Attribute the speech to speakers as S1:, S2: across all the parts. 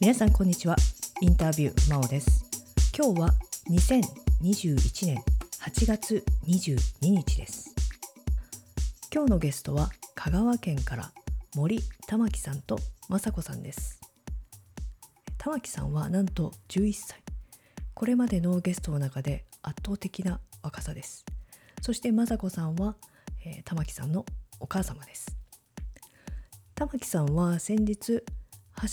S1: 皆さんこんにちはインタビューまおです今日は2021年8月22日です今日のゲストは香川県から森玉木さんと雅子さんです玉木さんはなんと11歳これまでのゲストの中で圧倒的な若さですそして雅子さんは、えー玉木さんのお母様です玉木さんは先日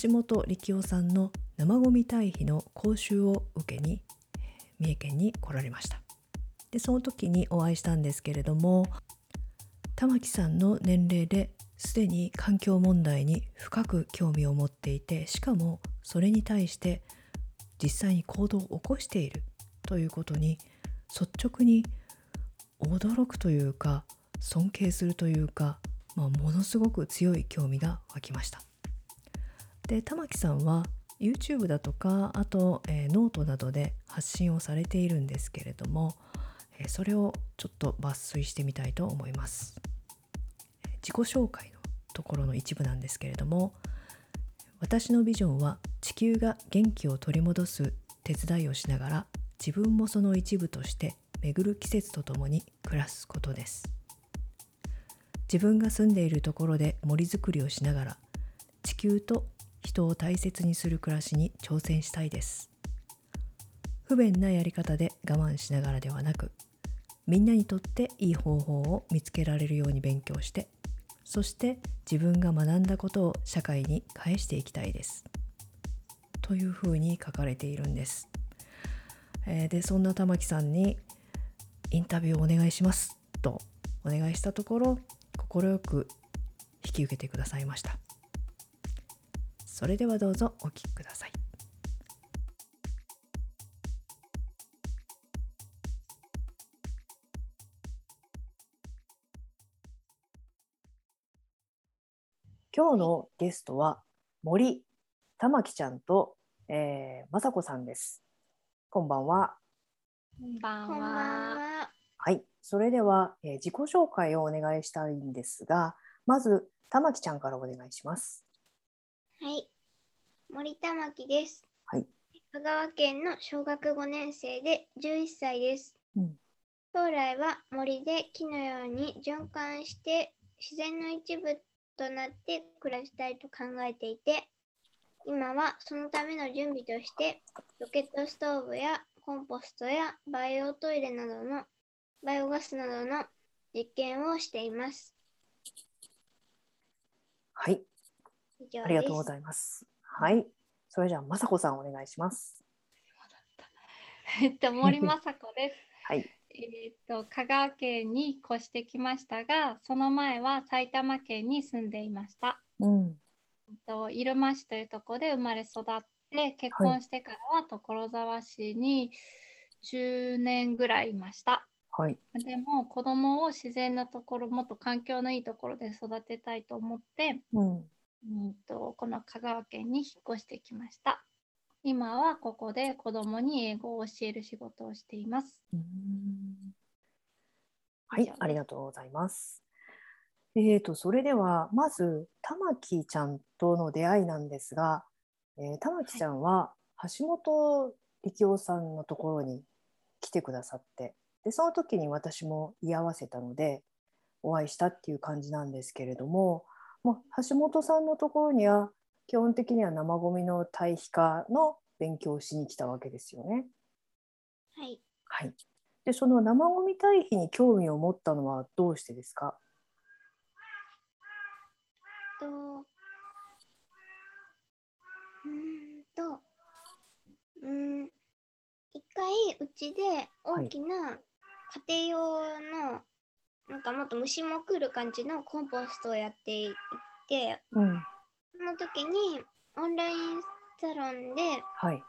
S1: 橋本力夫さんの生ごみ堆肥の講習を受けにえー三重県に来られましたでその時にお会いしたんですけれども玉木さんの年齢ですでに環境問題に深く興味を持っていてしかもそれに対して実際に行動を起こしているということに率直に驚くというか尊敬するというか、まあ、ものすごく強い興味が湧きましたで玉木さんは YouTube だとかあと、えーノートなどで発信をされているんですけれども、えーそれをちょっと抜粋してみたいと思いますえー自己紹介のところの一部なんですけれども私のビジョンは地球が元気を取り戻す手伝いをしながら自分もその一部として巡る季節とともに暮らすことです自分が住んでいるところで森づくりをしながら地球と人を大切にする暮らしに挑戦したいです不便なやり方で我慢しながらではなくみんなにとっていい方法を見つけられるように勉強してそして自分が学んだことを社会に返していきたいですというふうに書かれているんです、えーでそんな玉木さんにインタビューをお願いしますとお願いしたところ快く引き受けてくださいましたそれではどうぞお聞きください今日のゲストは森玉木ちゃんと、えー、雅子さんですこんばんは
S2: こんばん
S3: こんばん
S2: は。
S3: は。
S1: はい、それでは、えー自己紹介をお願いしたいんですが、まず玉木ちゃんからお願いします。
S3: はい。森田真希です。
S1: はい。
S3: 香川県の小学5年生で11歳です。
S1: うん
S3: 将来は森で木のように循環して自然の一部となって暮らしたいと考えていて、今はそのための準備としてロケットストーブやコンポストやバイオトイレなどのバイオガスなどの実験をしています。
S1: はい、
S3: 以上です。
S1: ありがとうございます。はい、それじゃあ雅子さんお願いします。
S2: えっと森雅子 です。
S1: はい、
S2: えっと香川県に越してきましたが、その前は埼玉県に住んでいました。
S1: うん、
S2: えっと入間市というところで生まれ育って、結婚してからは所沢市に10年ぐらいいました。
S1: はい、
S2: でも子供を自然なところ、もっと環境のいいところで育てたいと思って、
S1: うん、
S2: うんとこの香川県に引っ越してきました。今はここで子供に英語を教える仕事をしています。
S1: は
S2: 以
S1: い
S2: 上で、す
S1: ありがとうございます。えーと、それではまず玉木ちゃんとの出会いなんですが、えー玉木ちゃんは橋本力夫さんのところに来てくださって、でその時に私も居合わせたのでお会いしたっていう感じなんですけれども、もう橋本さんのところには基本的には生ゴミの堆肥化の勉強をしに来たわけですよね。
S3: はい。
S1: はい。で、その生ゴミ堆肥に興味を持ったのはどうしてですか。
S3: と、うーんと、うーん、一回うちで大きな家庭用の、なんかもっと虫も来る感じのコンポストをやっていて、
S1: うん。
S3: その時にオンラインサロンで、
S1: はい。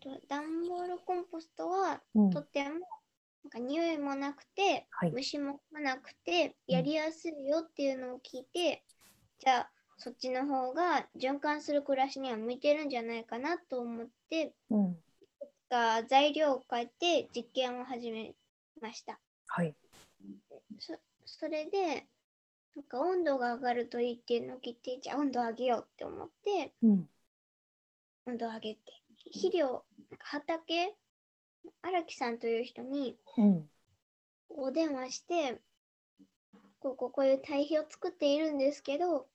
S3: と段ボールコンポストは
S1: うん
S3: とっても、なんか匂いもなくて、
S1: はい。
S3: 虫も来なくて
S1: うん
S3: やりやすいよっていうのを聞いて、じゃあそっちの方が循環する暮らしには向いてるんじゃないかなと思って
S1: うん。
S3: が材料を変えて実験を始めました
S1: はい。
S3: そそれでなんか温度が上がるといいっていうのを聞いてじゃあ温度を上げようって思って
S1: うん。
S3: 温度を上げて肥料畑荒木さんという人に
S1: うん。
S3: お電話してこうこうこういう堆肥を作っているんですけど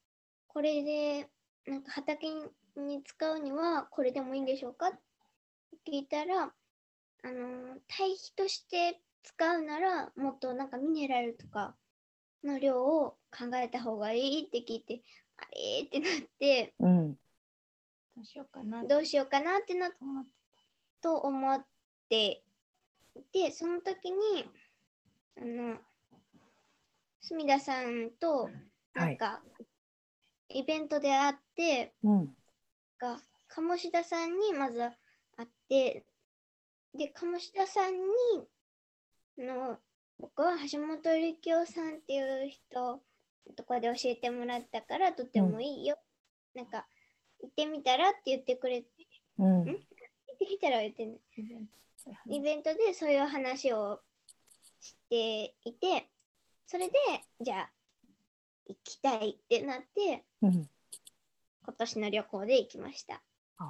S3: これでなんか畑に使うにはこれでもいいんでしょうかって聞いたら、あのー堆肥として使うならもっとなんかミネラルとかの量を考えた方がいいって聞いてあれーってなって
S1: うん。
S2: どうしようかなと
S3: どうしようかなってなって。
S2: 思って。
S3: と思っていてその時にあの隅田さんとなんか、イベントで会って
S1: うん。
S3: が鴨志田さんにまず会ってで鴨志田さんにの僕は橋本力夫さんっていう人のとこで教えてもらったからとてもいいよ、なんか行ってみたらって言ってくれ行
S1: うん。
S3: ってきたら言ってね
S2: イベント
S3: イベントでそういう話をしていてそれでじゃあ行きたいってなって
S1: うん。
S3: 今年の旅行で行きました
S1: あ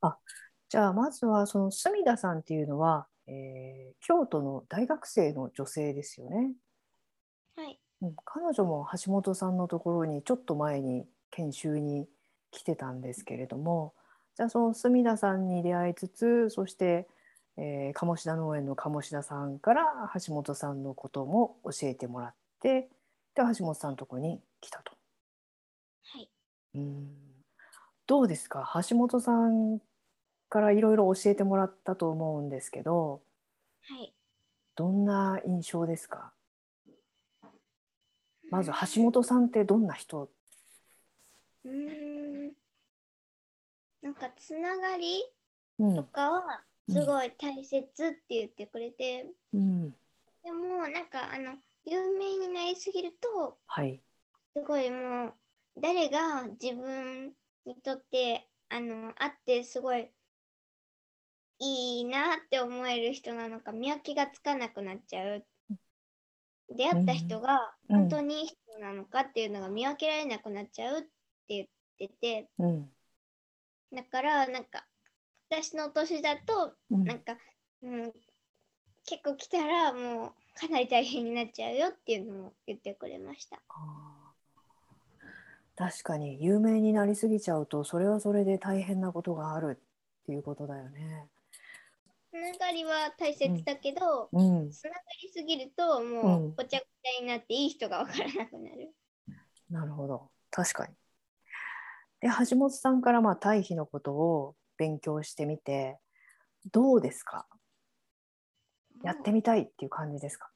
S1: あ。あ、じゃあまずはその隅田さんっていうのは、えー京都の大学生の女性ですよね。
S3: はい
S1: うん、彼女も橋本さんのところにちょっと前に研修に来てたんですけれども、じゃあその隅田さんに出会いつつ、そして、えー鴨志田農園の鴨志田さんから橋本さんのことも教えてもらって、で橋本さんのところに来たと。
S3: はい
S1: うんどうですか橋本さんからいろいろ教えてもらったと思うんですけど
S3: はい
S1: どんな印象ですかまず橋本さんってどんな人
S3: うーんなんかつながり
S1: うん
S3: とかはすごい大切って言ってくれて、
S1: うん
S3: でもなんかあの有名になりすぎると
S1: はい
S3: すごいもう誰が自分にとってあのあってすごいいいなって思える人なのか見分けがつかなくなっちゃう出会った人が
S1: うん
S3: 本当にいい人なのかっていうのが見分けられなくなっちゃうって言ってて
S1: うん
S3: だからなんか私の年だと
S1: うん
S3: なんか、うん、結構来たらもうかなり大変になっちゃうよっていうのを言ってくれました。
S1: あー確かに有名になりすぎちゃうとそれはそれで大変なことがあるっていうことだよね。
S3: つながりは大切だけど、
S1: うん、
S3: つながりすぎると
S1: う
S3: も
S1: ん
S3: うごちゃごちゃになっていい人がわからなくなる。
S1: なるほど確かに。で橋本さんからまあ対比のことを勉強してみてどうですかやってみたいっていう感じですか。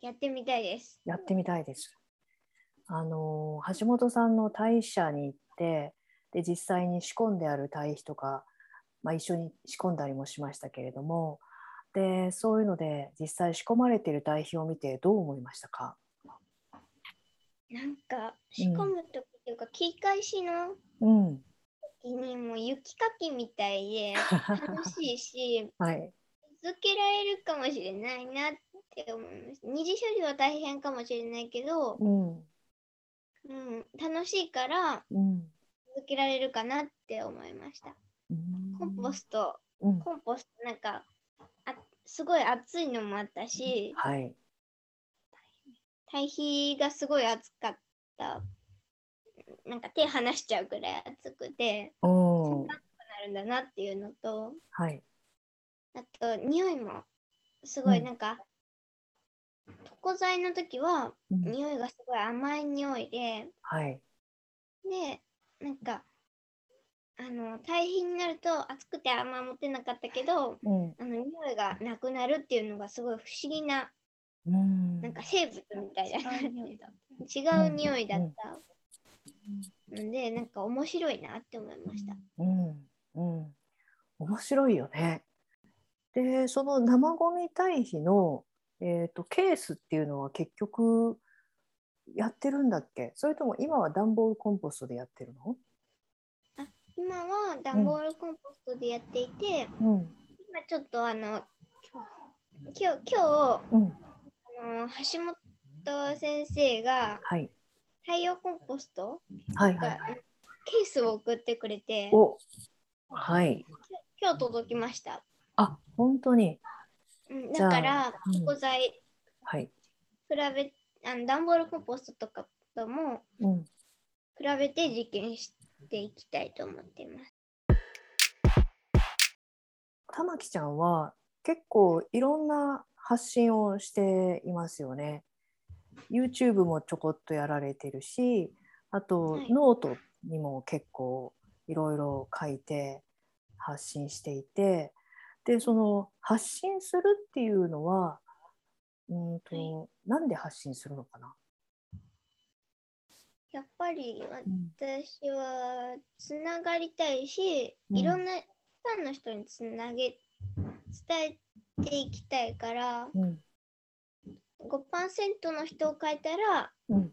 S3: やってみたいです。
S1: やってみたいです。あの橋本さんの大社に行ってで実際に仕込んである堆肥とか、まあ、一緒に仕込んだりもしましたけれどもでそういうので実際仕込まれている堆肥を見てどう思いましたか、
S3: なんか仕込む時っていうか、切り返しの
S1: うん、
S3: 時にもう雪かきみたいで楽しいし
S1: はい、
S3: 続けられるかもしれないなって思います。二次処理は大変かもしれないけど、
S1: うん
S3: うん、楽しいから
S1: うん
S3: 続けられるかなって思いました。コンポスト、
S1: うん
S3: コンポストなんかあすごい熱いのもあったし、
S1: はい
S3: 堆肥がすごい熱かった。なんか手離しちゃうくらい熱くて、
S1: うん
S3: そんな熱くなるんだなっていうのと、
S1: はい
S3: あと匂いもすご
S1: う
S3: い
S1: ん
S3: なんか、床材の時は
S1: うん
S3: 匂いがすごい甘い匂いで、
S1: はい
S3: で、なんか、あの、堆肥になると熱くてあんま持てなかったけど、
S1: うん
S3: あの匂いがなくなるっていうのがすごい不思議な、
S1: うん
S3: なんか生物みたいな。
S2: 違う匂いだった
S3: 違う匂いだったので、なんか面白いなって思いました。
S1: うんうん、面白いよね。でその生ゴミ堆肥の、えー、とケースっていうのは結局やってるんだっけそれとも今は段ボールコンポストでやってるの、
S3: 今は段ボールコンポストでやっていて、
S1: うん
S3: 今ちょっとあの今日今日あ
S1: うん、
S3: の橋本先生が
S1: はい
S3: 太陽コンポスト
S1: はいはい
S3: が
S1: はい。
S3: ケースを送ってくれて、
S1: おはい。
S3: 今日届きました。
S1: あ本当に。
S3: うん、
S1: じゃ
S3: だ
S1: あ
S3: から、
S1: うん
S3: 食材、
S1: はい。
S3: 比べ、あの段ボールコンポストとかとも
S1: うん、
S3: 比べて実験していきたいと思っています。
S1: 玉木ちゃんは結構いろんな発信をしていますよね。YouTube もちょこっとやられてるしあと
S3: はい
S1: ノートにも結構いろいろ書いて発信していてでその発信するっていうのはうんと、なんで発信するのかな、
S3: やっぱり私はつながりたいし、いろんなファンの人につなげ、伝えていきたいから、
S1: うん
S3: 5%の人を変えたら、
S1: うん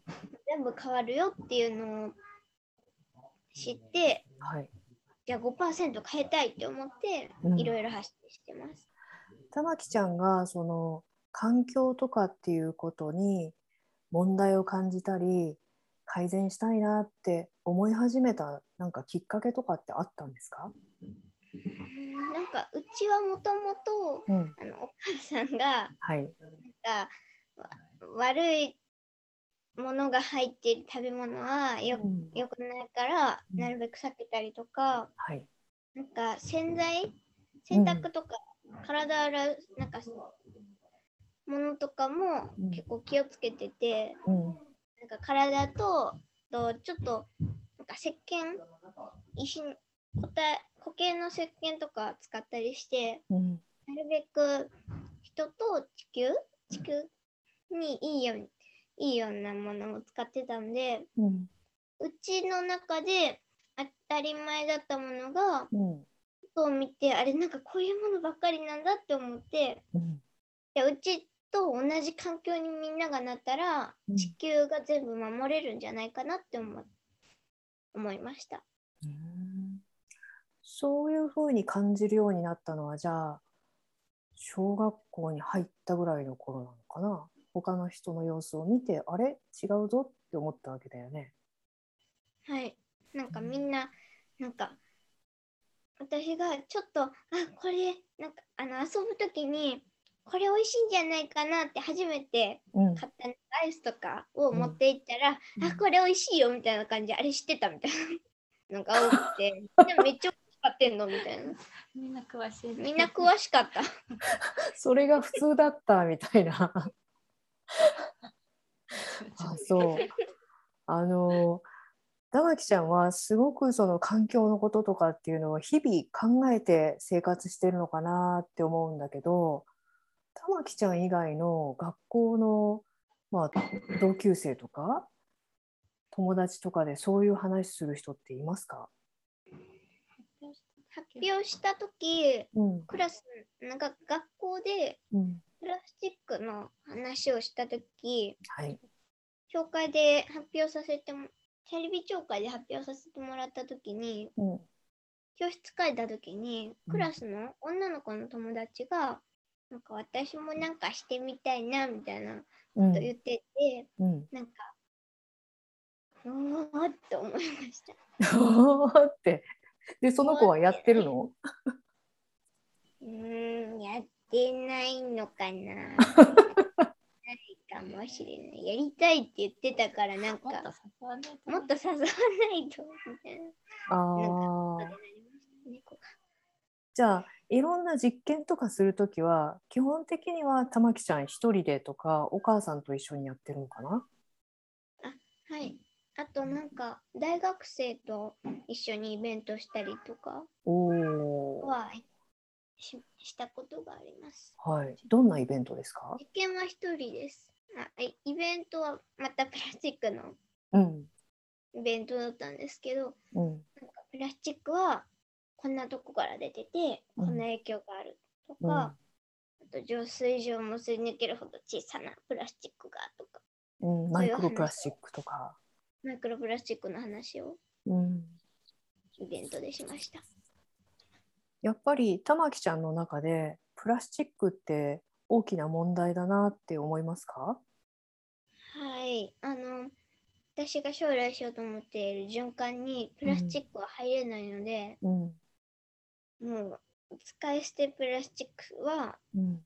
S3: 全部変わるよっていうのを知って、
S1: はい、
S3: じゃあ5%変えたいって思って、
S1: うん
S3: いろいろ発信してます。
S1: 玉木ちゃんがその環境とかっていうことに問題を感じたり改善したいなって思い始めたなんかきっかけとかってあったんですか、
S3: うんなんかうちはもともと
S1: うん、
S3: あのお母さんが
S1: はい、
S3: なんかわ悪いものが入っている食べ物はよ
S1: うん
S3: よくないから
S1: うん
S3: なるべく避けたりとか、
S1: はい、
S3: なんか洗剤洗濯とか、体洗うなんかものとかも
S1: うん
S3: 結構気をつけてて、
S1: うん
S3: なんか体ととちょっとなんか石鹸石固体固形の石鹸とか使ったりして
S1: うん
S3: なるべく人と地球地球にいいようにいいようなものを使ってたんで
S1: うん
S3: うちの中で当たり前だったものが
S1: うん
S3: 外を見てあれなんかこういうものばっかりなんだって思って
S1: うん
S3: でうちと同じ環境にみんながなったら
S1: うん
S3: 地球が全部守れるんじゃないかなって思思いました。
S1: うんそういうふうに感じるようになったのはじゃあ小学校に入ったぐらいの頃なのかな他の人の様子を見てあれ違うぞって思ったわけだよね。
S3: はい。なんかみんな、なんか、私がちょっと、あ、これ、なんか、あの、遊ぶときに、これ美味しいんじゃないかなって初めて
S1: うん
S3: 買ったアイスとかを持って行ったら、あ、これ美味しいよみたいな感じで、あれ知ってたみたい なのが多くて、でもめっちゃ美味しかってんのみたいな。
S2: みんな詳しいね。
S3: みんな詳しかった。
S1: それが普通だったみたいな。 あそう。あの玉木ちゃんはすごくその環境のこととかっていうのを日々考えて生活してるのかなって思うんだけど玉木ちゃん以外の学校の、まあ、同級生とか友達とかでそういう話する人っていますか、
S3: 発表したとき、
S1: うん
S3: クラス、なんか学校で
S1: うん
S3: プラスチックの話をしたとき、
S1: はい
S3: 協会で発表させてもテレビ協会で発表させてもらった時に
S1: うん
S3: 教室帰った時に
S1: うん
S3: クラスの女の子の友達が、なんか私もなんかしてみたいなみたいなこ
S1: うん
S3: と言ってて、
S1: うん
S3: なんかうおーって思いました
S1: おーってでその子はやってるの
S3: うーんやってないのかなないかもしれないやりたいって言ってたからなん
S2: もっと
S3: か
S2: 誘わないと
S3: もっと誘わないとみたいな
S1: あ
S3: こ
S1: あ
S3: とになりましたねこ
S1: じゃあいろんな実験とかするときは基本的には玉木ちゃん一人でとかお母さんと一緒にやってるのかな
S3: はい。あとなんか大学生と一緒にイベントしたりとか
S1: おお
S3: はししたことがあります。
S1: はいどんなイベントですか
S3: 実験は一人です。あえイベントはまたプラスチックの
S1: うん
S3: イベントだったんですけど、
S1: うん
S3: なんかプラスチックはこんなとこから出てて
S1: うん
S3: こんな影響があると
S1: うん
S3: か、あと浄水場もすり抜けるほど小さなプラスチックがとか
S1: うん、マイクロプラスチックとか、
S3: マイクロプラスチックの話を
S1: うん、
S3: イベントでしました。
S1: やっぱり玉木ちゃんの中でプラスチックって大きな問題だなって思いますか
S3: はい、あの私が将来しようと思っている循環にプラスチックは入れないので、
S1: うん
S3: もう使い捨てプラスチックは
S1: うん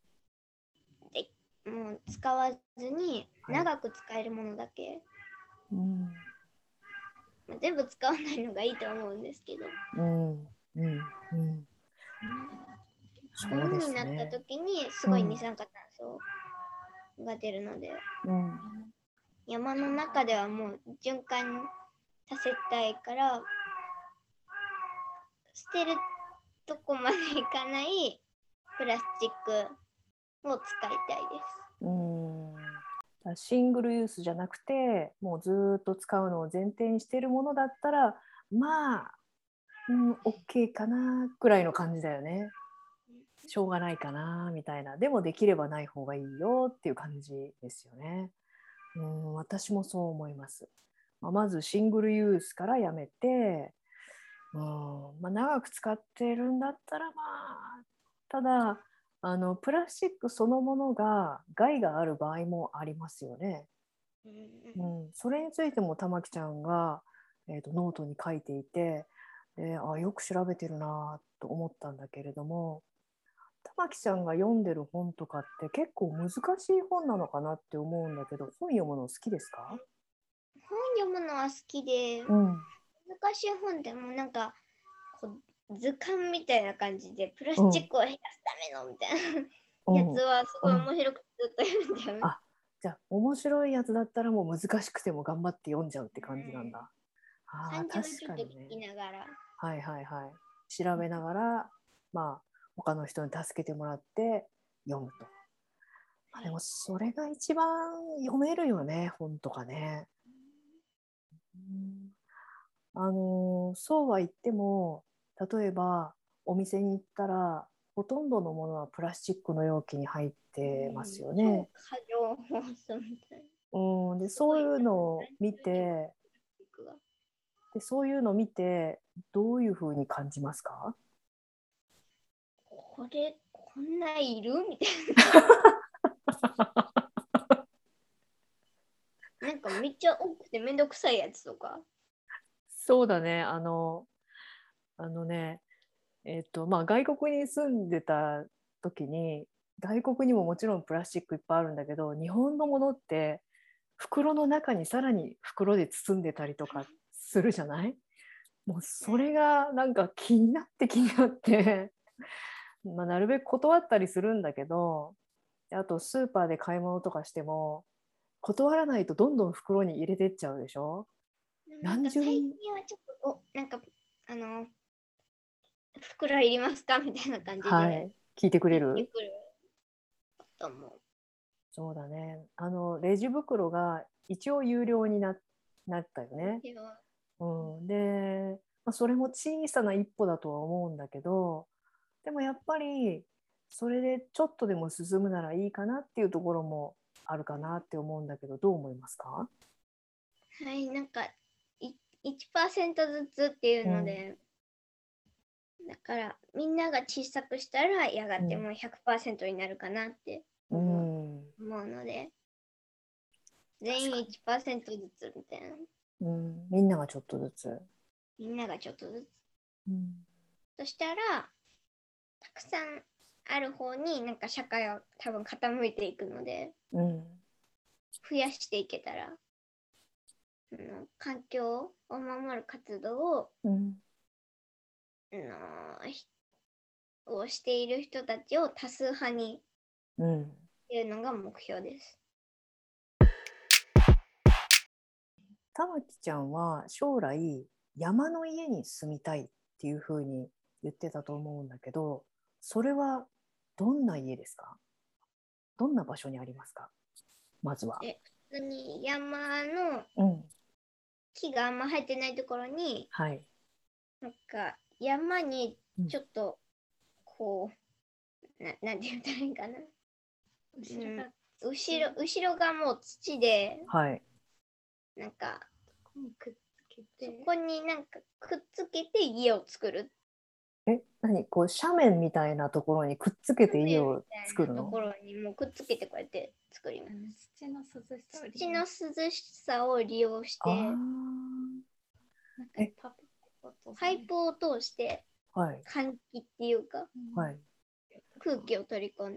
S3: もう使わずに
S1: はい
S3: 長く使えるものだけ、
S1: うん
S3: まあ全部使わないのがいいと思うんですけど、
S1: うんうんうんそう
S3: 海
S1: で
S3: に
S1: す
S3: なった
S1: ね。
S3: 時にすごい
S1: うん
S3: 二酸化炭素が出るので、
S1: うん
S3: 山の中ではもう循環させたいから捨てるとこまでいかないプラスチックを使いたいです。
S1: うんだからシングルユースじゃなくてもうずーっと使うのを前提にしているものだったらまあ、うん、OK かなぐらいの感じだよねしょうがないかなみたいなでもできればない方がいいよっていう感じですよね。うん私もそう思います、まあまずシングルユースからやめて、うんまあ、長く使ってるんだったらまあただあのプラスチックそのものが害がある場合もありますよね。
S3: うん
S1: うん、それについても玉木ちゃんが、えー、とノートに書いていてであよく調べてるなと思ったんだけれども玉木ちゃんが読んでる本とかって結構難しい本なのかなって思うんだけど本読むの好きですか、
S3: 本読むのは好きで
S1: うん
S3: 難しい本でもなんかこう図鑑みたいな感じでプラスチックを減らすためのみたいなやつはすごい面白くずっと読んでます
S1: あじゃあ面白いやつだったらもう難しくても頑張って読んじゃうって感じなんだ。あー
S3: 30分ち
S1: 確
S3: ょ
S1: か
S3: っと
S1: にね
S3: 聞きながら。
S1: はいはいはい調べながらまあ他の人に助けてもらって読むと、まあ、でもそれが一番読めるよね本とかねうんあのそうは言っても例えばお店に行ったらほとんどのものはプラスチックの容器に入ってますよね、
S3: 過剰放送みたいな。
S1: うん、でそういうのを見てでそういうのを見てどういうふうに感じますか
S3: これ、こんないるみたいな。なんかめっちゃ多くてめんどくさいやつとか。
S1: そうだねあのあのねえっ、とまあ外国に住んでた時に外国にももちろんプラスチックいっぱいあるんだけど日本のものって袋の中にさらに袋で包んでたりとかするじゃないもうそれがなんか気になって気になって まあなるべく断ったりするんだけどであとスーパーで買い物とかしても断らないとどんどん袋に入れてっちゃうでしょ何
S3: なんか
S1: 十
S3: 最近はちょっと、おなんか、あの、袋いりますかみたいな感じで。
S1: はい、聞いてくれ
S3: 言っ
S1: る
S3: てくると思う。
S1: そうだねあのレジ袋が一応有料にななったよね、
S3: でも
S1: うん、で、まあ、それも小さな一歩だとは思うんだけどでもやっぱりそれでちょっとでも進むならいいかなっていうところもあるかなって思うんだけどどう思いますか
S3: はい、なんかい1%ずつっていうので、だからみんなが小さくしたらやがて
S1: うん
S3: もう100%になるかなって
S1: うん、
S3: 思うので、全員1%ずつみたいな、
S1: うん、みんながちょっとずつ、
S3: みんながちょっとずつ。
S1: うん
S3: そしたら、たくさんある方になんか社会は多分傾いていくので、
S1: うん
S3: 増やしていけたら、あの環境を守る活動を
S1: うん
S3: あのーひをしている人たちを多数派に
S1: うん
S3: っていうのが目標です。
S1: 玉木ちゃんは将来山の家に住みたいっていうふうに言ってたと思うんだけどそれはどんな家ですかどんな場所にありますかまずは。
S3: え普通に山の
S1: うん、
S3: 木があんま生えてないところに
S1: はい、
S3: なんか山に
S1: うん
S3: ちょっとこう、ななんて言ったらいいかな
S2: 後ろ
S3: 後ろ
S2: が
S3: 後ろがもう土で
S1: はい、
S3: なんか
S2: ここにくっつけ
S3: そ
S2: て、
S3: こになんかくっつけて家を作る
S1: え、何こう斜面みたいなところにくっつけて家を作る
S3: と
S1: の
S3: ころにもうくっつけてこうやって作ります。
S2: 土の涼しさを利
S3: 土の
S2: 用
S3: 涼しさを利用して
S1: あー
S2: なん
S1: え
S2: かパプってこと
S3: パイプを通して
S1: はい
S3: 換気っていうか
S1: はい。
S3: 空気を取り込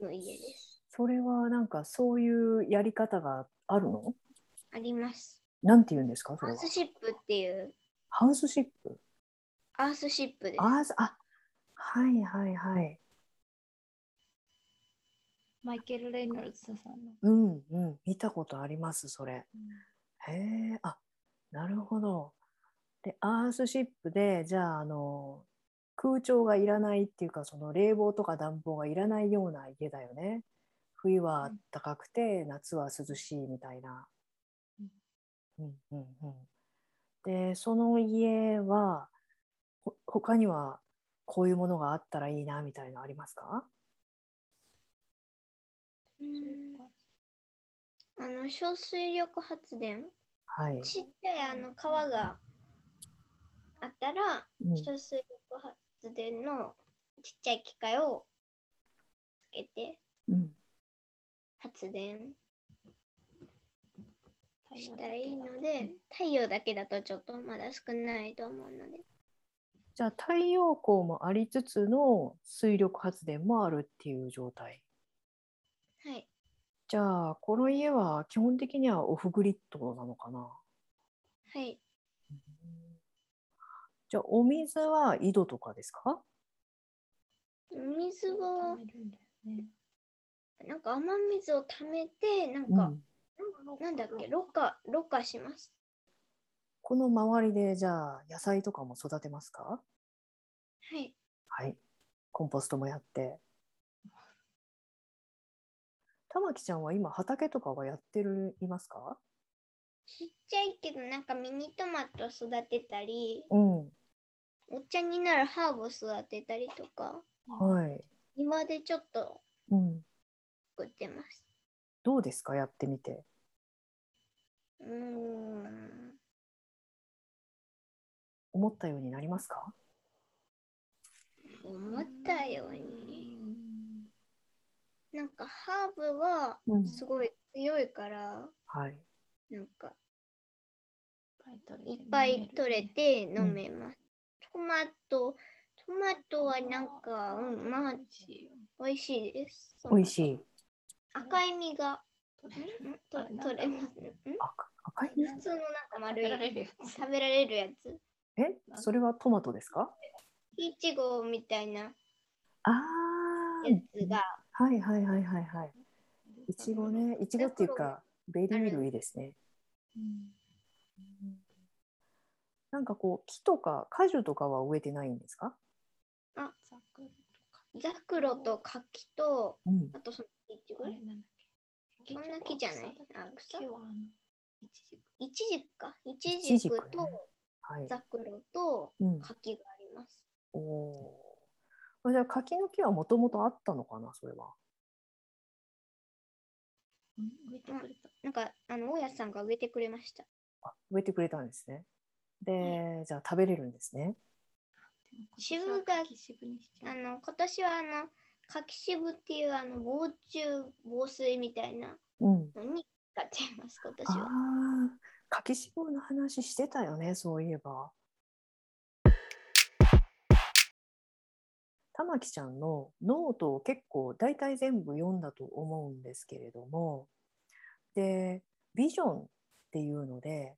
S3: むの家です。
S1: それはなんかそういうやり方があるの
S3: あります。
S1: なんて言うんですかそ
S3: ア
S1: れ
S3: ー
S1: は
S3: ス。シップっていう
S1: ハウスシップ
S3: アースシップです。
S1: あーすあ、はいはいはい。
S2: マイケル・レイノルズさんの。
S1: うんうん。見たことあります、それ。
S2: うん
S1: へえ、あ、なるほど。で、アースシップで、じゃあ、あの、空調がいらないっていうか、その冷房とか暖房がいらないような家だよね。冬は暖かくて、夏は涼しいみたいな。うんうんうん。で、その家は、ほ、他にはこういうものがあったらいいなみたいなのありますか
S3: うんあの小水力発電
S1: はい。
S3: ちっちゃいあの川があったら
S1: うん
S3: 小水力発電のちっちゃい機械をつけて
S1: うん
S3: 発電したらいいので太陽だけだとちょっとまだ少ないと思うので
S1: じゃあ太陽光もありつつの水力発電もあるっていう状態。
S3: はい
S1: じゃあこの家は基本的にはオフグリッドなのかな。
S3: はい
S1: じゃあお水は井戸とかですか？
S3: 水を
S2: 貯めるんだよね
S3: なんか雨水を溜めてなん
S1: う
S3: か、
S1: ん
S3: なんだっけろ過ろ過します
S1: この周りでじゃあ野菜とかも育てますか？
S3: はい
S1: はい。コンポストもやって。玉木ちゃんは今畑とかはやってるいますか？
S3: ちっちゃいけどなんかミニトマト育てたり
S1: うん。
S3: お茶になるハーブ育てたりとか
S1: はい。
S3: 庭でちょっと
S1: うん。
S3: 作ってます
S1: どうですか？やってみて。
S3: うーん
S1: 思ったようになりますか？
S3: 思ったように
S2: うん
S3: なんかハーブは
S1: うん
S3: すごい強いから
S1: はい。
S3: なんかい
S2: い
S3: っぱい取れ
S2: て
S3: て飲めますトマトトマトはなんか、うん、まあ美味しいです
S1: 美味しい。
S3: 赤い実が
S2: 取れる
S3: んと取れますん
S1: 赤赤い実。
S3: 普通のなんか
S2: 食
S3: 丸
S2: べ
S3: い
S2: られるやつ
S3: 食べられるやつ
S1: え、それはトマトですか？
S3: いちごみたいなや
S1: ああ、
S3: つが、
S1: はいはいはいはいはい。いちごね、いちごっていうか、ベリー類ですね。
S2: うん
S1: なんかこう、木とか果樹とかは植えてないんですか。
S2: ザクロとか
S3: ザクロと柿と、
S1: うん。
S3: あとそのいちご
S2: あれなんだっけ
S3: そんな木じゃないあ草
S2: 木はあのイチジク
S3: いちじくか。いち
S1: ちじ
S3: じ
S1: く
S3: く
S1: ね
S3: と
S1: はい。
S3: ザクロと
S1: うん。
S3: 柿があります。
S1: おおー。じゃあ柿の木はもともとあったのかな、それは。
S2: うん植えてくれた
S3: なんか、あの、大家さんが植えてくれました。
S1: あ、植えてくれたんですね。で、じゃあ食べれるんですね。
S2: でも
S3: 渋
S2: 今年は
S3: 柿
S2: 柿渋にしちゃ
S3: あ
S2: う
S3: の、今年はあの、柿渋っていうあの、防虫防水みたいな
S1: うん。
S3: のに使っちゃいます、今
S1: あ
S3: 年は。
S1: あ、柿渋の話してたよね、そういえば。玉木ちゃんのノートを結構大体全部読んだと思うんですけれどもでビジョンっていうので、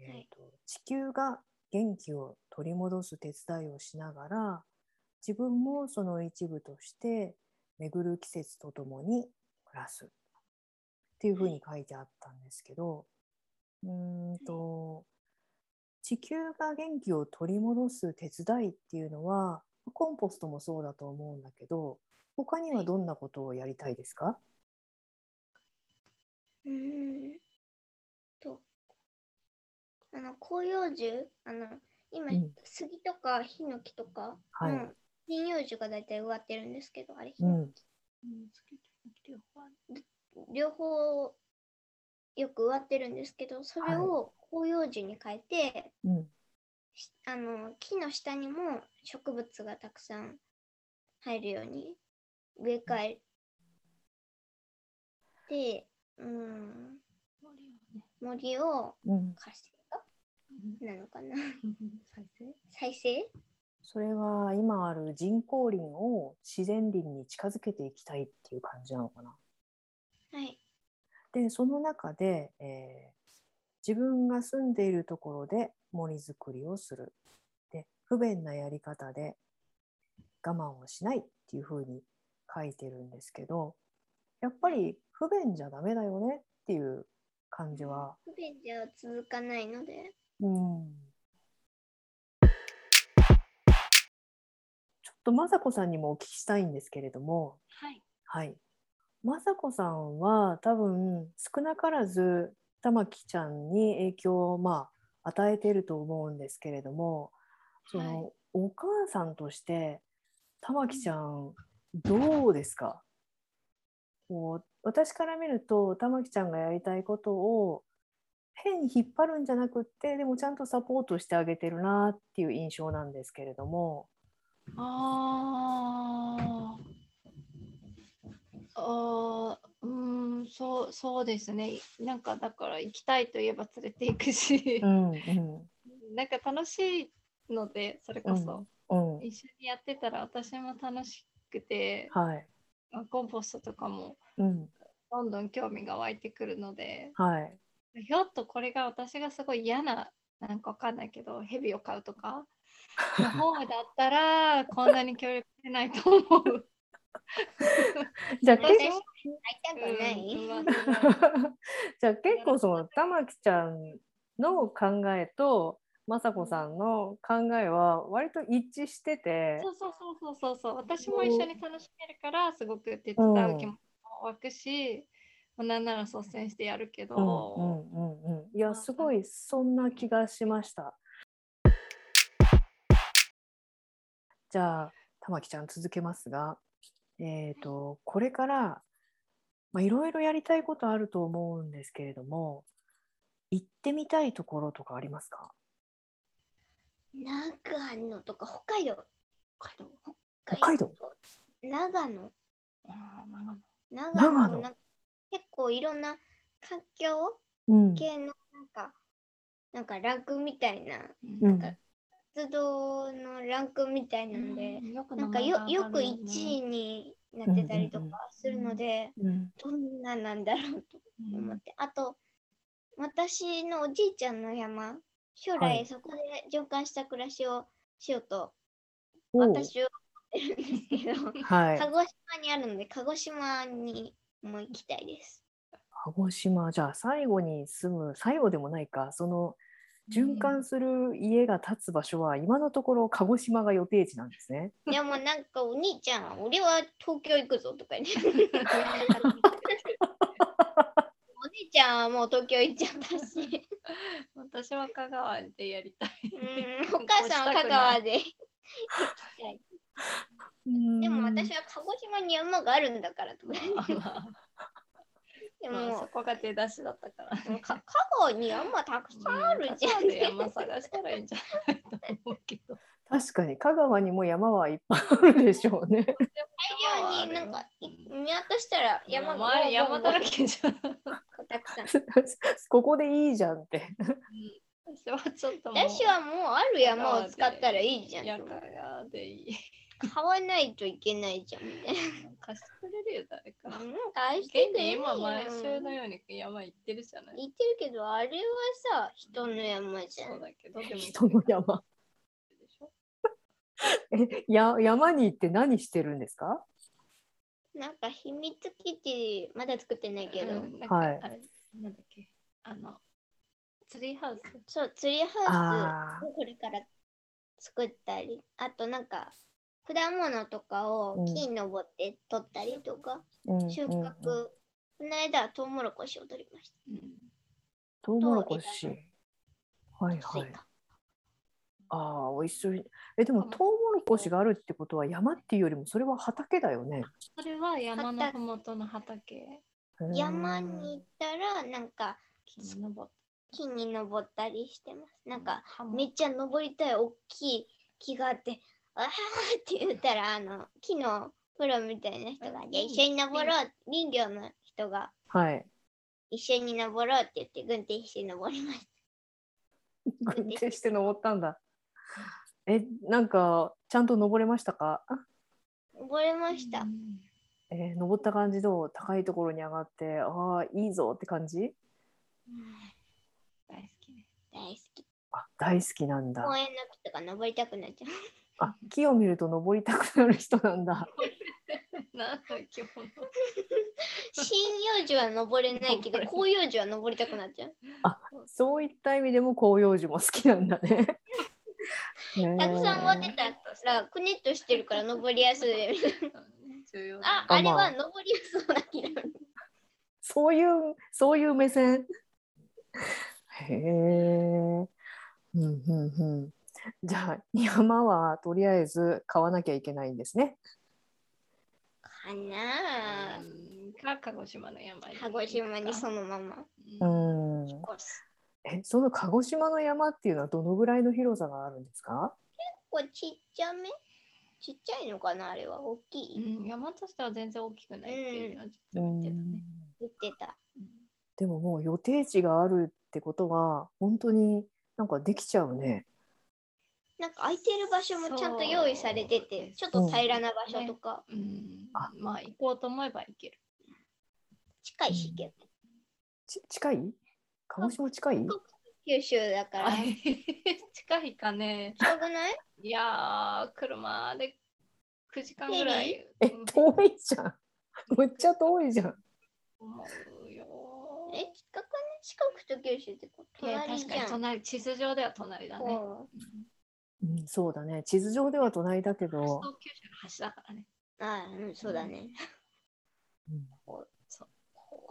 S1: えーと地球が元気を取り戻す手伝いをしながら自分もその一部として巡る季節とともに暮らすっていうふうに書いてあったんですけど、うーんと地球が元気を取り戻す手伝いっていうのはコンポストもそうだと思うんだけど他にはどんなことをやりたいですか、
S3: うーんと、あの、広葉樹、あの、今、
S1: うん
S3: 杉とかヒノキとか、
S1: はい
S3: うん針葉樹がだいたい植わってるんですけど、あれ、
S1: うん
S2: うん好きな木両方ある
S3: 両方よく植わってるんですけど、それを広葉樹に変えて、
S1: うん
S3: しあの木の下にも植物がたくさん入るように植え替えて、うん、
S2: 森をね
S3: 森を
S1: うん、
S3: 活性化なのかな
S2: 再生
S3: 再生
S1: それは今ある人工林を自然林に近づけていきたいっていう感じなのかな。
S3: はい。
S1: でその中で、えー自分が住んでいるところで森づくりをするで不便なやり方で我慢をしないっていうふうに書いてるんですけどやっぱり不便じゃダメだよねっていう感じは、
S3: 不便じゃ続かないので。
S1: うん、ちょっと雅子さんにもお聞きしたいんですけれども、
S2: はい。
S1: はい。雅子さんは多分少なからず玉木ちゃんに影響をまあ与えていると思うんですけれども、その、
S2: は
S1: お母さんとして玉木ちゃんどうですか？こう私から見ると玉木ちゃんがやりたいことを変に引っ張るんじゃなくってでもちゃんとサポートしてあげてるなっていう印象なんですけれども、
S2: あーあーうーんそうそうですねなんかだから行きたいといえば連れて行くし
S1: う、んうん
S2: なんか楽しいのでそれこそ、
S1: うん、
S2: 一緒にやってたら私も楽しくて、
S1: はい、
S2: まあコンポストとかも
S1: うん、
S2: どんどん興味が湧いてくるので
S1: はい。
S2: ひょっとこれが私がすごい嫌ななんかわかんないけど蛇を飼うとかの方だったらこんなに協力してないと思う。
S1: じゃあ
S3: 私
S1: 結
S3: 会い
S1: 構
S3: たくない、
S2: うん
S3: う
S2: まあ
S3: ん
S2: でも
S1: じゃあ結構その玉木ちゃんの考えと雅子さんの考えは割と一致してて
S2: そうそうそうそうそうそう私も一緒に楽しめるからすごく手伝う気持ちも湧くし、もうなんなら率先してやるけど、
S1: うんうんうんうんいやすごいそんな気がしましたじゃあ玉木ちゃん続けますがえっ、とこれからまあいろいろやりたいことあると思うんですけれども行ってみたいところとかありますか
S3: 長野とか北海道。
S2: 北海道
S1: 北海道
S3: 長野
S2: あー長野
S3: 長
S1: 野
S3: 野もなんか結構いろんな環境
S1: うん
S3: 系のなんか、なんかランクみたいな
S1: う
S2: うん
S1: ん
S3: 活動のランクみたいなので、
S2: よく
S3: なんか
S2: 名前
S3: よ
S2: が
S3: よ
S2: 上
S3: く
S2: がる
S3: 1
S2: ね
S3: 位になってたりと
S1: うんうん
S3: かするので、
S1: うん
S3: どんななんだろうと
S2: う
S3: 思っ
S2: ん
S3: て、あと私のおじいちゃんの山将
S1: は
S3: 来
S1: い
S3: そこで循環した暮らしをしようと
S1: おう
S3: 私は思ってるんですけど、
S1: はい
S3: 鹿児島にあるので鹿児島にも行きたいです。
S1: 鹿児島じゃあ最後に住む最後でもないかその循環する家が建つ場所は今のところ鹿児島が予定地なんですね。
S3: でもなんかお兄ちゃんは俺は東京行くぞとか言って お兄ちゃんはもう東京行っちゃった し、
S2: 私は香川でやりたい。
S3: うん、お母さんは香川で。でも私
S1: は
S3: は鹿児島に山があるんだからとか言って。で
S2: まあそ
S3: も
S2: こが出だしだったから。
S3: か香川に山たくさんあるじゃん。
S2: うん香川で山探したらいいんじゃないと思うけど。
S1: 確かに香川にも山はいっぱいあるでしょうね。
S3: 大量になんかい見渡したら山が
S2: 周り山だら
S3: た
S2: けじゃん。
S3: くさん。
S1: ここでいいじゃんって。
S2: 私はちょっともう。
S3: 私はもうある山を使ったらいいじゃん
S2: い。や香川でいい。
S3: 買わないといけないじゃんみたい
S2: 貸してくれるよ誰
S3: な。な
S2: か。
S3: んか愛し
S2: 現
S3: てくれ
S2: に
S3: るよ
S2: 今毎週のように山行ってるじゃない。
S3: 言ってるけどあれはさ人の山じゃ。
S2: そうんだけどでも
S1: 人の山。
S2: でしょ
S1: えや山に行って何してるんですか
S3: なんか秘密基地まだ作ってないけど、
S2: うんなんか
S1: はい
S2: あれなんだっけあのツリーハウス。
S3: そうツリーハウ
S1: あ
S3: スをこれから作ったりあとなんか果物とかを木に登って取ったりとか、
S1: あ、うん
S3: 収穫、
S1: うんうん
S3: この間はトウモロコシを取りまし
S2: うん
S1: トウモロコシ。はい
S3: た。スイ
S1: はい。
S3: カ
S1: ああ、美味しそう。え、でもトウモロコシがあるってことは山っていうよりもそれは畑だよね。
S2: それは山のふもとの畑
S1: へー
S3: 山に行ったらなんか
S2: 木に登っ
S3: 木に登ったりしてます。なんか、
S2: ハモ
S3: めっちゃ登りたい大きい木があって、あーって言ったら、あの、木のプロみたいな人が、じゃあ一緒に登ろう、林業の人が
S1: はい。
S3: 一緒に登ろうって言って、軍手して登りました。
S1: 軍手して登ったんだ。え、なんか、ちゃんと登れましたか
S3: 登れました。
S2: うん
S1: えー登った感じどう高いところに上がって、ああ、いいぞって感じ
S2: 大好きです。
S3: 大好き。
S1: あ、大好きなん
S3: 公
S1: だ。
S3: 園の木とか登りたくなっちゃう。
S1: あ、木を見ると登りたくなる人なんだ。
S2: 何の生 き物
S3: 針葉樹は登れないけど、
S2: 登れな
S3: 広葉
S2: い
S3: 樹は登りたくなっちゃう。
S1: そういった意味でも広葉樹も好きなんだね。
S3: たくさん持っ
S1: へ
S3: て
S1: ー
S3: たら、くねっとしてるから登りやすい。
S2: 重要
S3: ああ
S2: だ、
S3: れ
S1: まあ
S3: は登りやすそうだけど。
S1: そういう、そういう目線。へえ。うんうんうん。じゃあ、山はとりあえず買わなきゃいけないんですね。
S3: かなあ
S2: うんか鹿児島の山に
S3: 鹿児島にそのまま
S1: う
S2: うん
S1: ん。
S3: 引っ越す。
S1: え、その鹿児島の山っていうのはどのぐらいの広さがあるんですか。
S3: これちっちゃめちっちゃいのかなあれは大きい、
S2: うん、山としては全然大きくないっていうのはちょっと見てたね。
S3: 言ってた。
S1: でももう予定地があるってことは、本当になんかできちゃうね。
S3: なんか空いてる場所もちゃんと用意されて
S2: そう
S3: て
S2: で、す
S3: ちょっと平らな場所とか、
S2: うん、
S1: あ
S2: まあ行こうと思えば行ける。
S3: 近いし、結構
S1: ち、近い。鹿児島近い。
S3: 九州だから。
S2: あ
S3: 近
S2: 近いかね。
S3: くない
S2: いやー、車で9時間ぐらい。
S1: え
S2: うん、
S1: 遠いじゃん。 むっちゃ遠いじゃん。
S2: 思うよ
S3: え、近くない四国と九州ってこう
S2: ー。いや
S3: 隣
S2: 確
S3: じ
S2: かに
S3: ゃん。
S2: 隣地図上では隣だね。うん
S3: そう
S1: うん、そうだね。地図上では隣だけど。
S2: そう九州の端だからね。
S3: あうん、そうだね。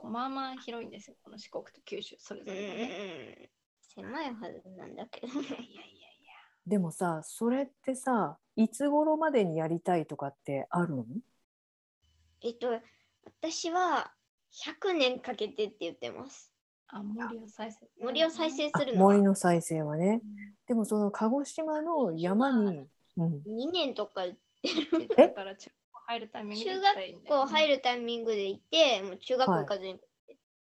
S2: まあまあ広いんですよ、この四国と九州それ
S3: う
S2: ぞ
S3: んうんう
S2: れが
S3: ん。
S2: ね。
S3: 狭いはずなんだけど。
S2: いやいやいやい
S1: でもさ、それってさ、いつ頃までにやりたいとかってあるの？
S3: えっと、私は100年かけてって言ってます。
S2: や。あ、森を再生。
S3: 森を再生
S2: す
S3: する
S1: あ
S3: のは
S1: 森
S3: 2
S1: の再生はね。でもその鹿児島の山に、うん、
S3: 年とか
S2: る。だから中学校入るタイミングで行ったらいいんだよ
S3: こう
S2: ね
S3: 入るタイミングで行って、もう中学校行かずに、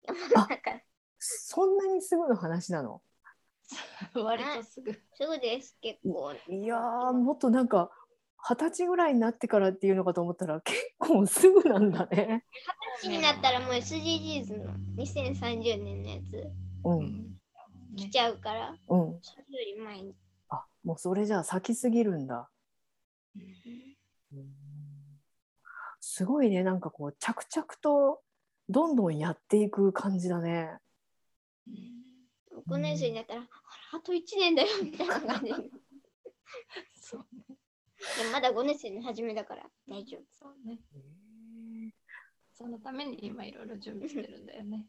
S3: 山の中
S1: そんなにすぐの話なの？
S2: 割とすぐ。
S3: すぐです、結構。
S1: いやー、もっとなんか二十歳ぐらいになってからっていうのかと思ったら結構すぐなんだね。
S3: 1になったらもう SDGs の2030年のやつ
S1: う
S2: うんん
S3: 来ちゃうから、
S1: うん。
S3: それより前に。
S1: あ、もうそれじゃあ先すぎるんだ。うんすごいね、なんかこう着々とどんどんやっていく感じだね。
S3: 6年生になったら、あら、あと1年だよ、みたいな感じ。で
S2: そう
S3: もまだ5年生の初めだから大丈夫。
S2: そうね。そのために今いろいろ準備してるんだよね。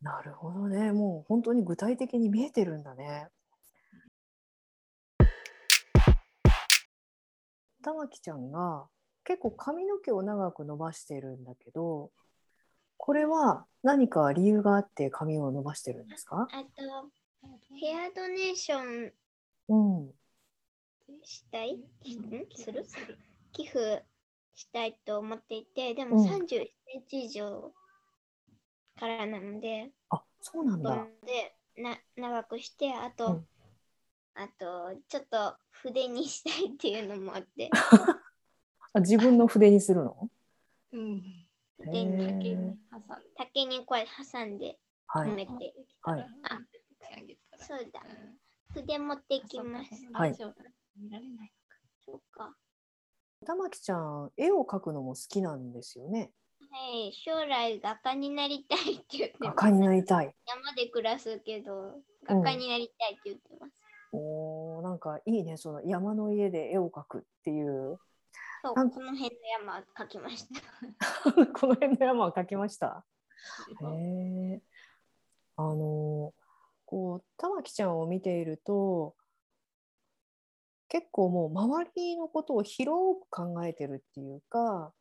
S1: なるほどね。もう本当に具体的に見えてるんだね。玉木ちゃんが結構髪の毛を長く伸ばしてるんだけど、これは何か理由があって髪を伸ばしてるんですか？
S3: あと、ヘアドネーション
S1: うん。
S3: したいんする
S2: する。
S3: 寄付したいと思っていて、でも
S1: うん
S3: 31センチ以上からなので、
S1: あ、そうなん
S3: な
S1: だ
S3: の。でな長くして、あと、
S1: うん
S3: あと、ちょっと筆にしたいっていうのもあ って、
S1: あ自分の筆にするの？
S2: うん。
S3: 筆に
S1: へ
S2: 竹
S1: ー
S3: 竹に
S2: に挟んで。
S3: こう挟んで
S1: は
S3: 埋
S1: い。
S3: めて、
S1: はい。
S3: あ
S2: あげたら。
S3: そうだ
S2: う、ん
S3: 筆持ってきます。
S1: はい。
S2: そうかこのラジオだ見られない
S3: そうか。
S1: 玉木ちゃん絵を描くのも好きなんですよね。
S3: はい、将来画家になりたいって言ってま
S1: 画
S3: す。
S1: 家になりたい。
S3: 山で暮らすけ
S1: う
S3: ど、
S1: ん
S3: 画家になりたいって言ってます。
S1: おーなんかいいねその山の家で絵を描くっていう
S3: そう、
S1: なん
S3: この辺の山描きました。
S1: この辺の山は描きました。
S2: け
S1: へ
S2: ど。
S1: え。あのこう玉木ちゃんを見ていると結構もう周りのことを広く考えてるっていうか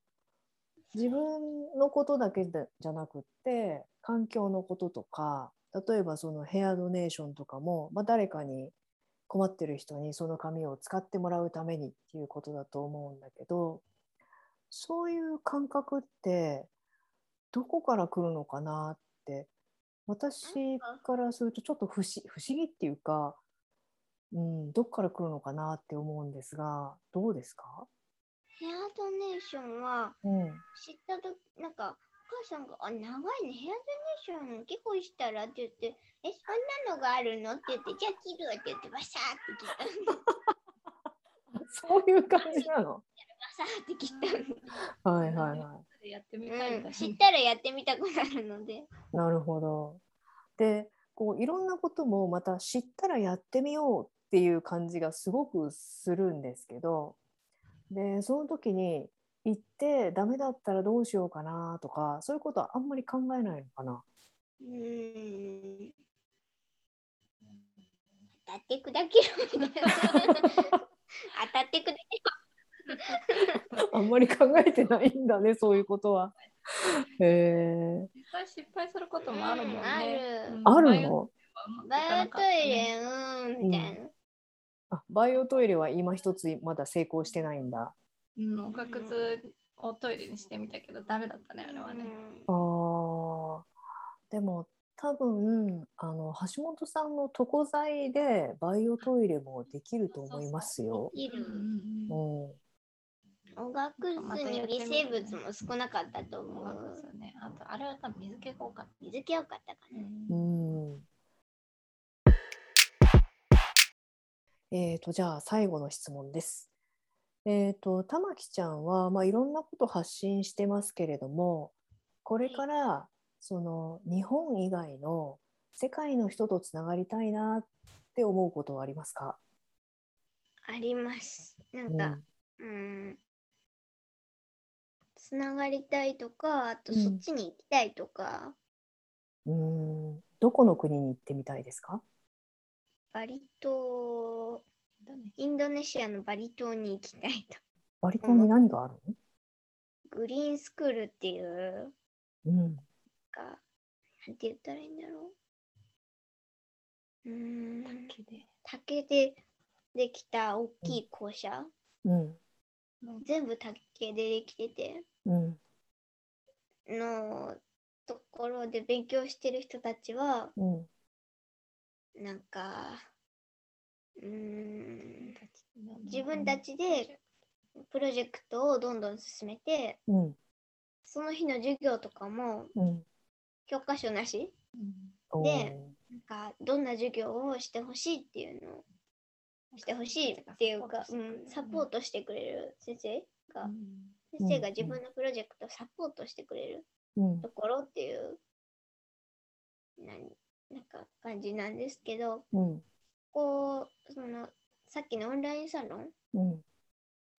S1: 自分のことだけでじゃなくって環境のこととか例えばそのヘアドネーションとかも、まあ、誰かに困ってる人にその髪を使ってもらうためにっていうことだと思うんだけどそういう感覚ってどこから来るのかなって私からするとちょっと不思不思議っていうか、うん、どこから来るのかなって思うんですがどうですか、
S3: ヘアドネーションは
S1: うん、
S3: 知ったとき、なんか、お母さんが、あ、長いね、ヘアドネーション結構したらって言って、え、そんなのがあるのって言って、じゃあ切るわって言って、バサーって切った。
S1: そういう感じなの。
S3: バサーって切ったの。
S1: はいはいはい。
S2: やってみたい
S3: うん
S2: だ
S3: 知っ
S2: し、
S3: たらやってみたくなるので。
S1: なるほど。でこういろんなこともまた知ったらやってみようっていう感じがすごくするんですけどでその時に行ってダメだったらどうしようかなとかそういうことはあんまり考えないのかな。
S3: うん。当たって砕けろみたい な。当たって砕けろ。
S1: あんまり考えてないん だねそういうことは。へえ
S2: 実際失敗することもあるもんね。
S3: うんある
S2: うん
S1: あるの
S3: バイオトイ。レ、うん、みたいな。
S1: あバイオトイレは今一つまだ成功してないんだ。
S2: うん、おかくずをトイレにしてみたけど、ダメだったね、あれはね。
S1: あーでも多分あの橋本さんの床材でバイオトイレもできると思いますよ。
S3: いる。
S2: んん
S3: 音楽室に微生物も少なかったと思
S2: 音楽で
S3: う。
S2: すよね。あと、あれは多分水気が多かった。
S3: 水気よかったかな。
S1: うんうんえー、とじゃあ最後の質問です。えー、と玉木ちゃんは、まあ、いろんなこと発信してますけれどもこれからその日本以外の世界の人とつながりたいなって思うことはありますか、
S3: あります。な
S1: うん
S3: か、うん。つながりたいとか、あとそっちに行きたいとか、
S1: うーんどこの国に行ってみたいですか
S3: バリ島、
S2: だね
S3: インドネシアのバリ島に行きたい
S1: バリ島に何がある
S3: と。グリーンスクールっていう、
S1: の、うん、
S3: か、なんて言ったらいいんだろう。うーん、
S2: 竹で
S3: 竹でできた大きい校舎、
S1: うん、
S3: 全部竹でできてて、
S1: うん、
S3: のところで勉強してる人たちは
S1: うん、
S3: なんかうーん自
S2: 自
S3: 分
S2: 分
S3: た
S2: たち
S3: ちでプロジェクトをどんどん進めて
S1: うん、
S3: その日の授業とかも
S1: うん。
S3: 教科書なし
S1: おー
S3: でなんかどんな授業をしてほしいっていうのをしてほしいっていうか、うん、サポー
S2: ト
S3: トしてくれる先生が
S2: う
S3: 先生が自分のプロジェクトをサポートしてくれる
S1: うん
S3: と、ころっていうなんなんか感じなんですけど
S1: うん、
S3: こうそのさっきのオンラインサロン
S1: うん、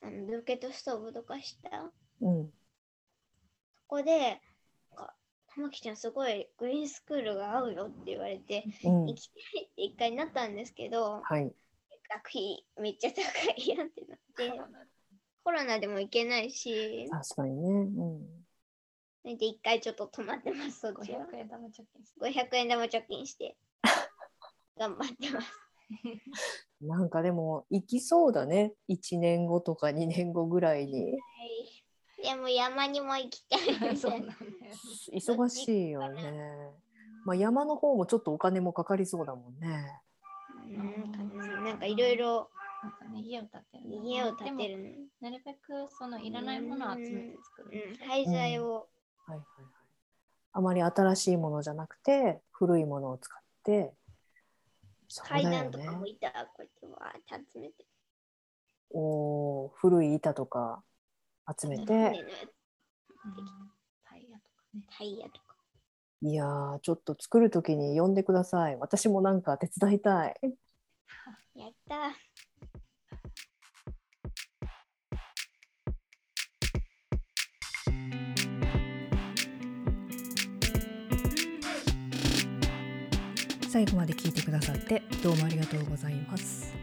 S3: あのブーケットストーブとかしたこ
S1: うん。
S3: こでなんか「玉木ちゃんすごいグリーンスクールが合うよ」って言われて
S1: うん
S3: 行きたいって一回なったんですけど
S1: はい。
S3: 学費めっちゃ高いやんってなってコロナでも行けないし
S1: 確かにね。
S3: それで一回ちょっと止まってますそっ
S2: ん、
S3: ちは
S2: 500円玉貯金して
S3: 500円玉貯金して頑張ってます
S1: うん。なんかでも、行きそうだね。1年後とか2年後ぐらいに。
S3: はい。でも山にも行きたいみたいな。
S2: そうなんだよ
S1: 忙しいよね。まあ、山の方もちょっとお金もかかりそうだもんね。
S3: うんかななんかいろいろ
S2: なんかね家を建てるの
S3: 家を建て
S2: でも
S3: るの。
S2: なるべくそのいらないものを集めて作る
S3: うん、廃材を。
S1: はいはいはい。あまり新しいものじゃなくて、古いものを使って。そうだ
S3: 階
S1: よ
S3: 段と
S1: ね
S3: かもいたらこうやってわーって集めて。
S1: おー古い板とか集め
S3: 船の
S1: て
S2: うんタイヤとかね
S3: タイヤとか。
S1: いやーちょっと作る時に呼んでください私もなんか手伝いたい
S3: やったー。
S1: 最後まで聞いてくださってどうもありがとうございます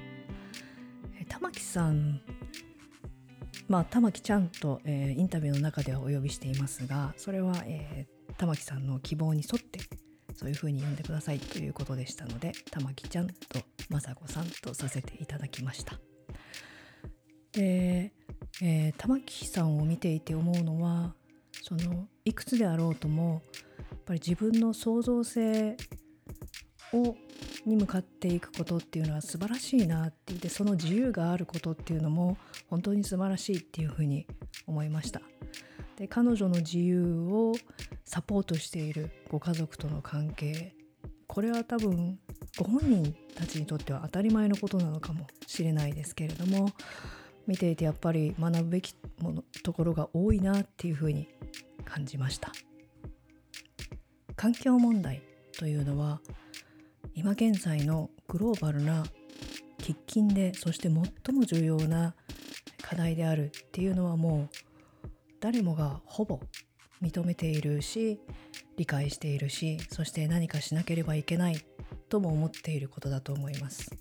S1: えー玉木さんまあ玉木ちゃんと、えーインタビューの中ではお呼びしていますがそれは、えー玉木さんの希望に沿ってそういう風に読んでくださいということでしたので玉木ちゃんと雅子さんとさせていただきました。で、えー玉木さんを見ていて思うのはそのいくつであろうともやっぱり自分の創造性をに向かっていくことっていうのは素晴らしいなっていてその自由があることっていうのも本当に素晴らしいっていうふうに思いました。で彼女の自由をサポートしているご家族との関係これは多分ご本人たちにとっては当たり前のことなのかもしれないですけれども見ていてやっぱり学ぶべきものところが多いなっていうふうに感じました環境問題というのは今現在のグローバルな喫緊でそして最も重要な課題であるっていうのはもう誰もがほぼ認めているし理解しているしそして何かしなければいけないとも思っていることだと思います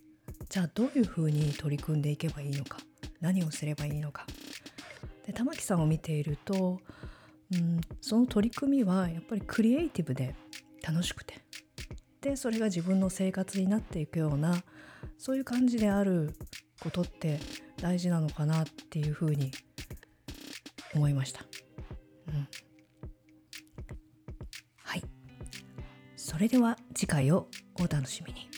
S1: じゃあどういうふうに取り組んでいけばいいのか何をすればいいのかで玉木さんを見ていると、うん、その取り組みはやっぱりクリエイティブで楽しくてでそれが自分の生活になっていくようなそういう感じであることって大事なのかなっていうふうに思いました。うん、はいそれでは次回をお楽しみに。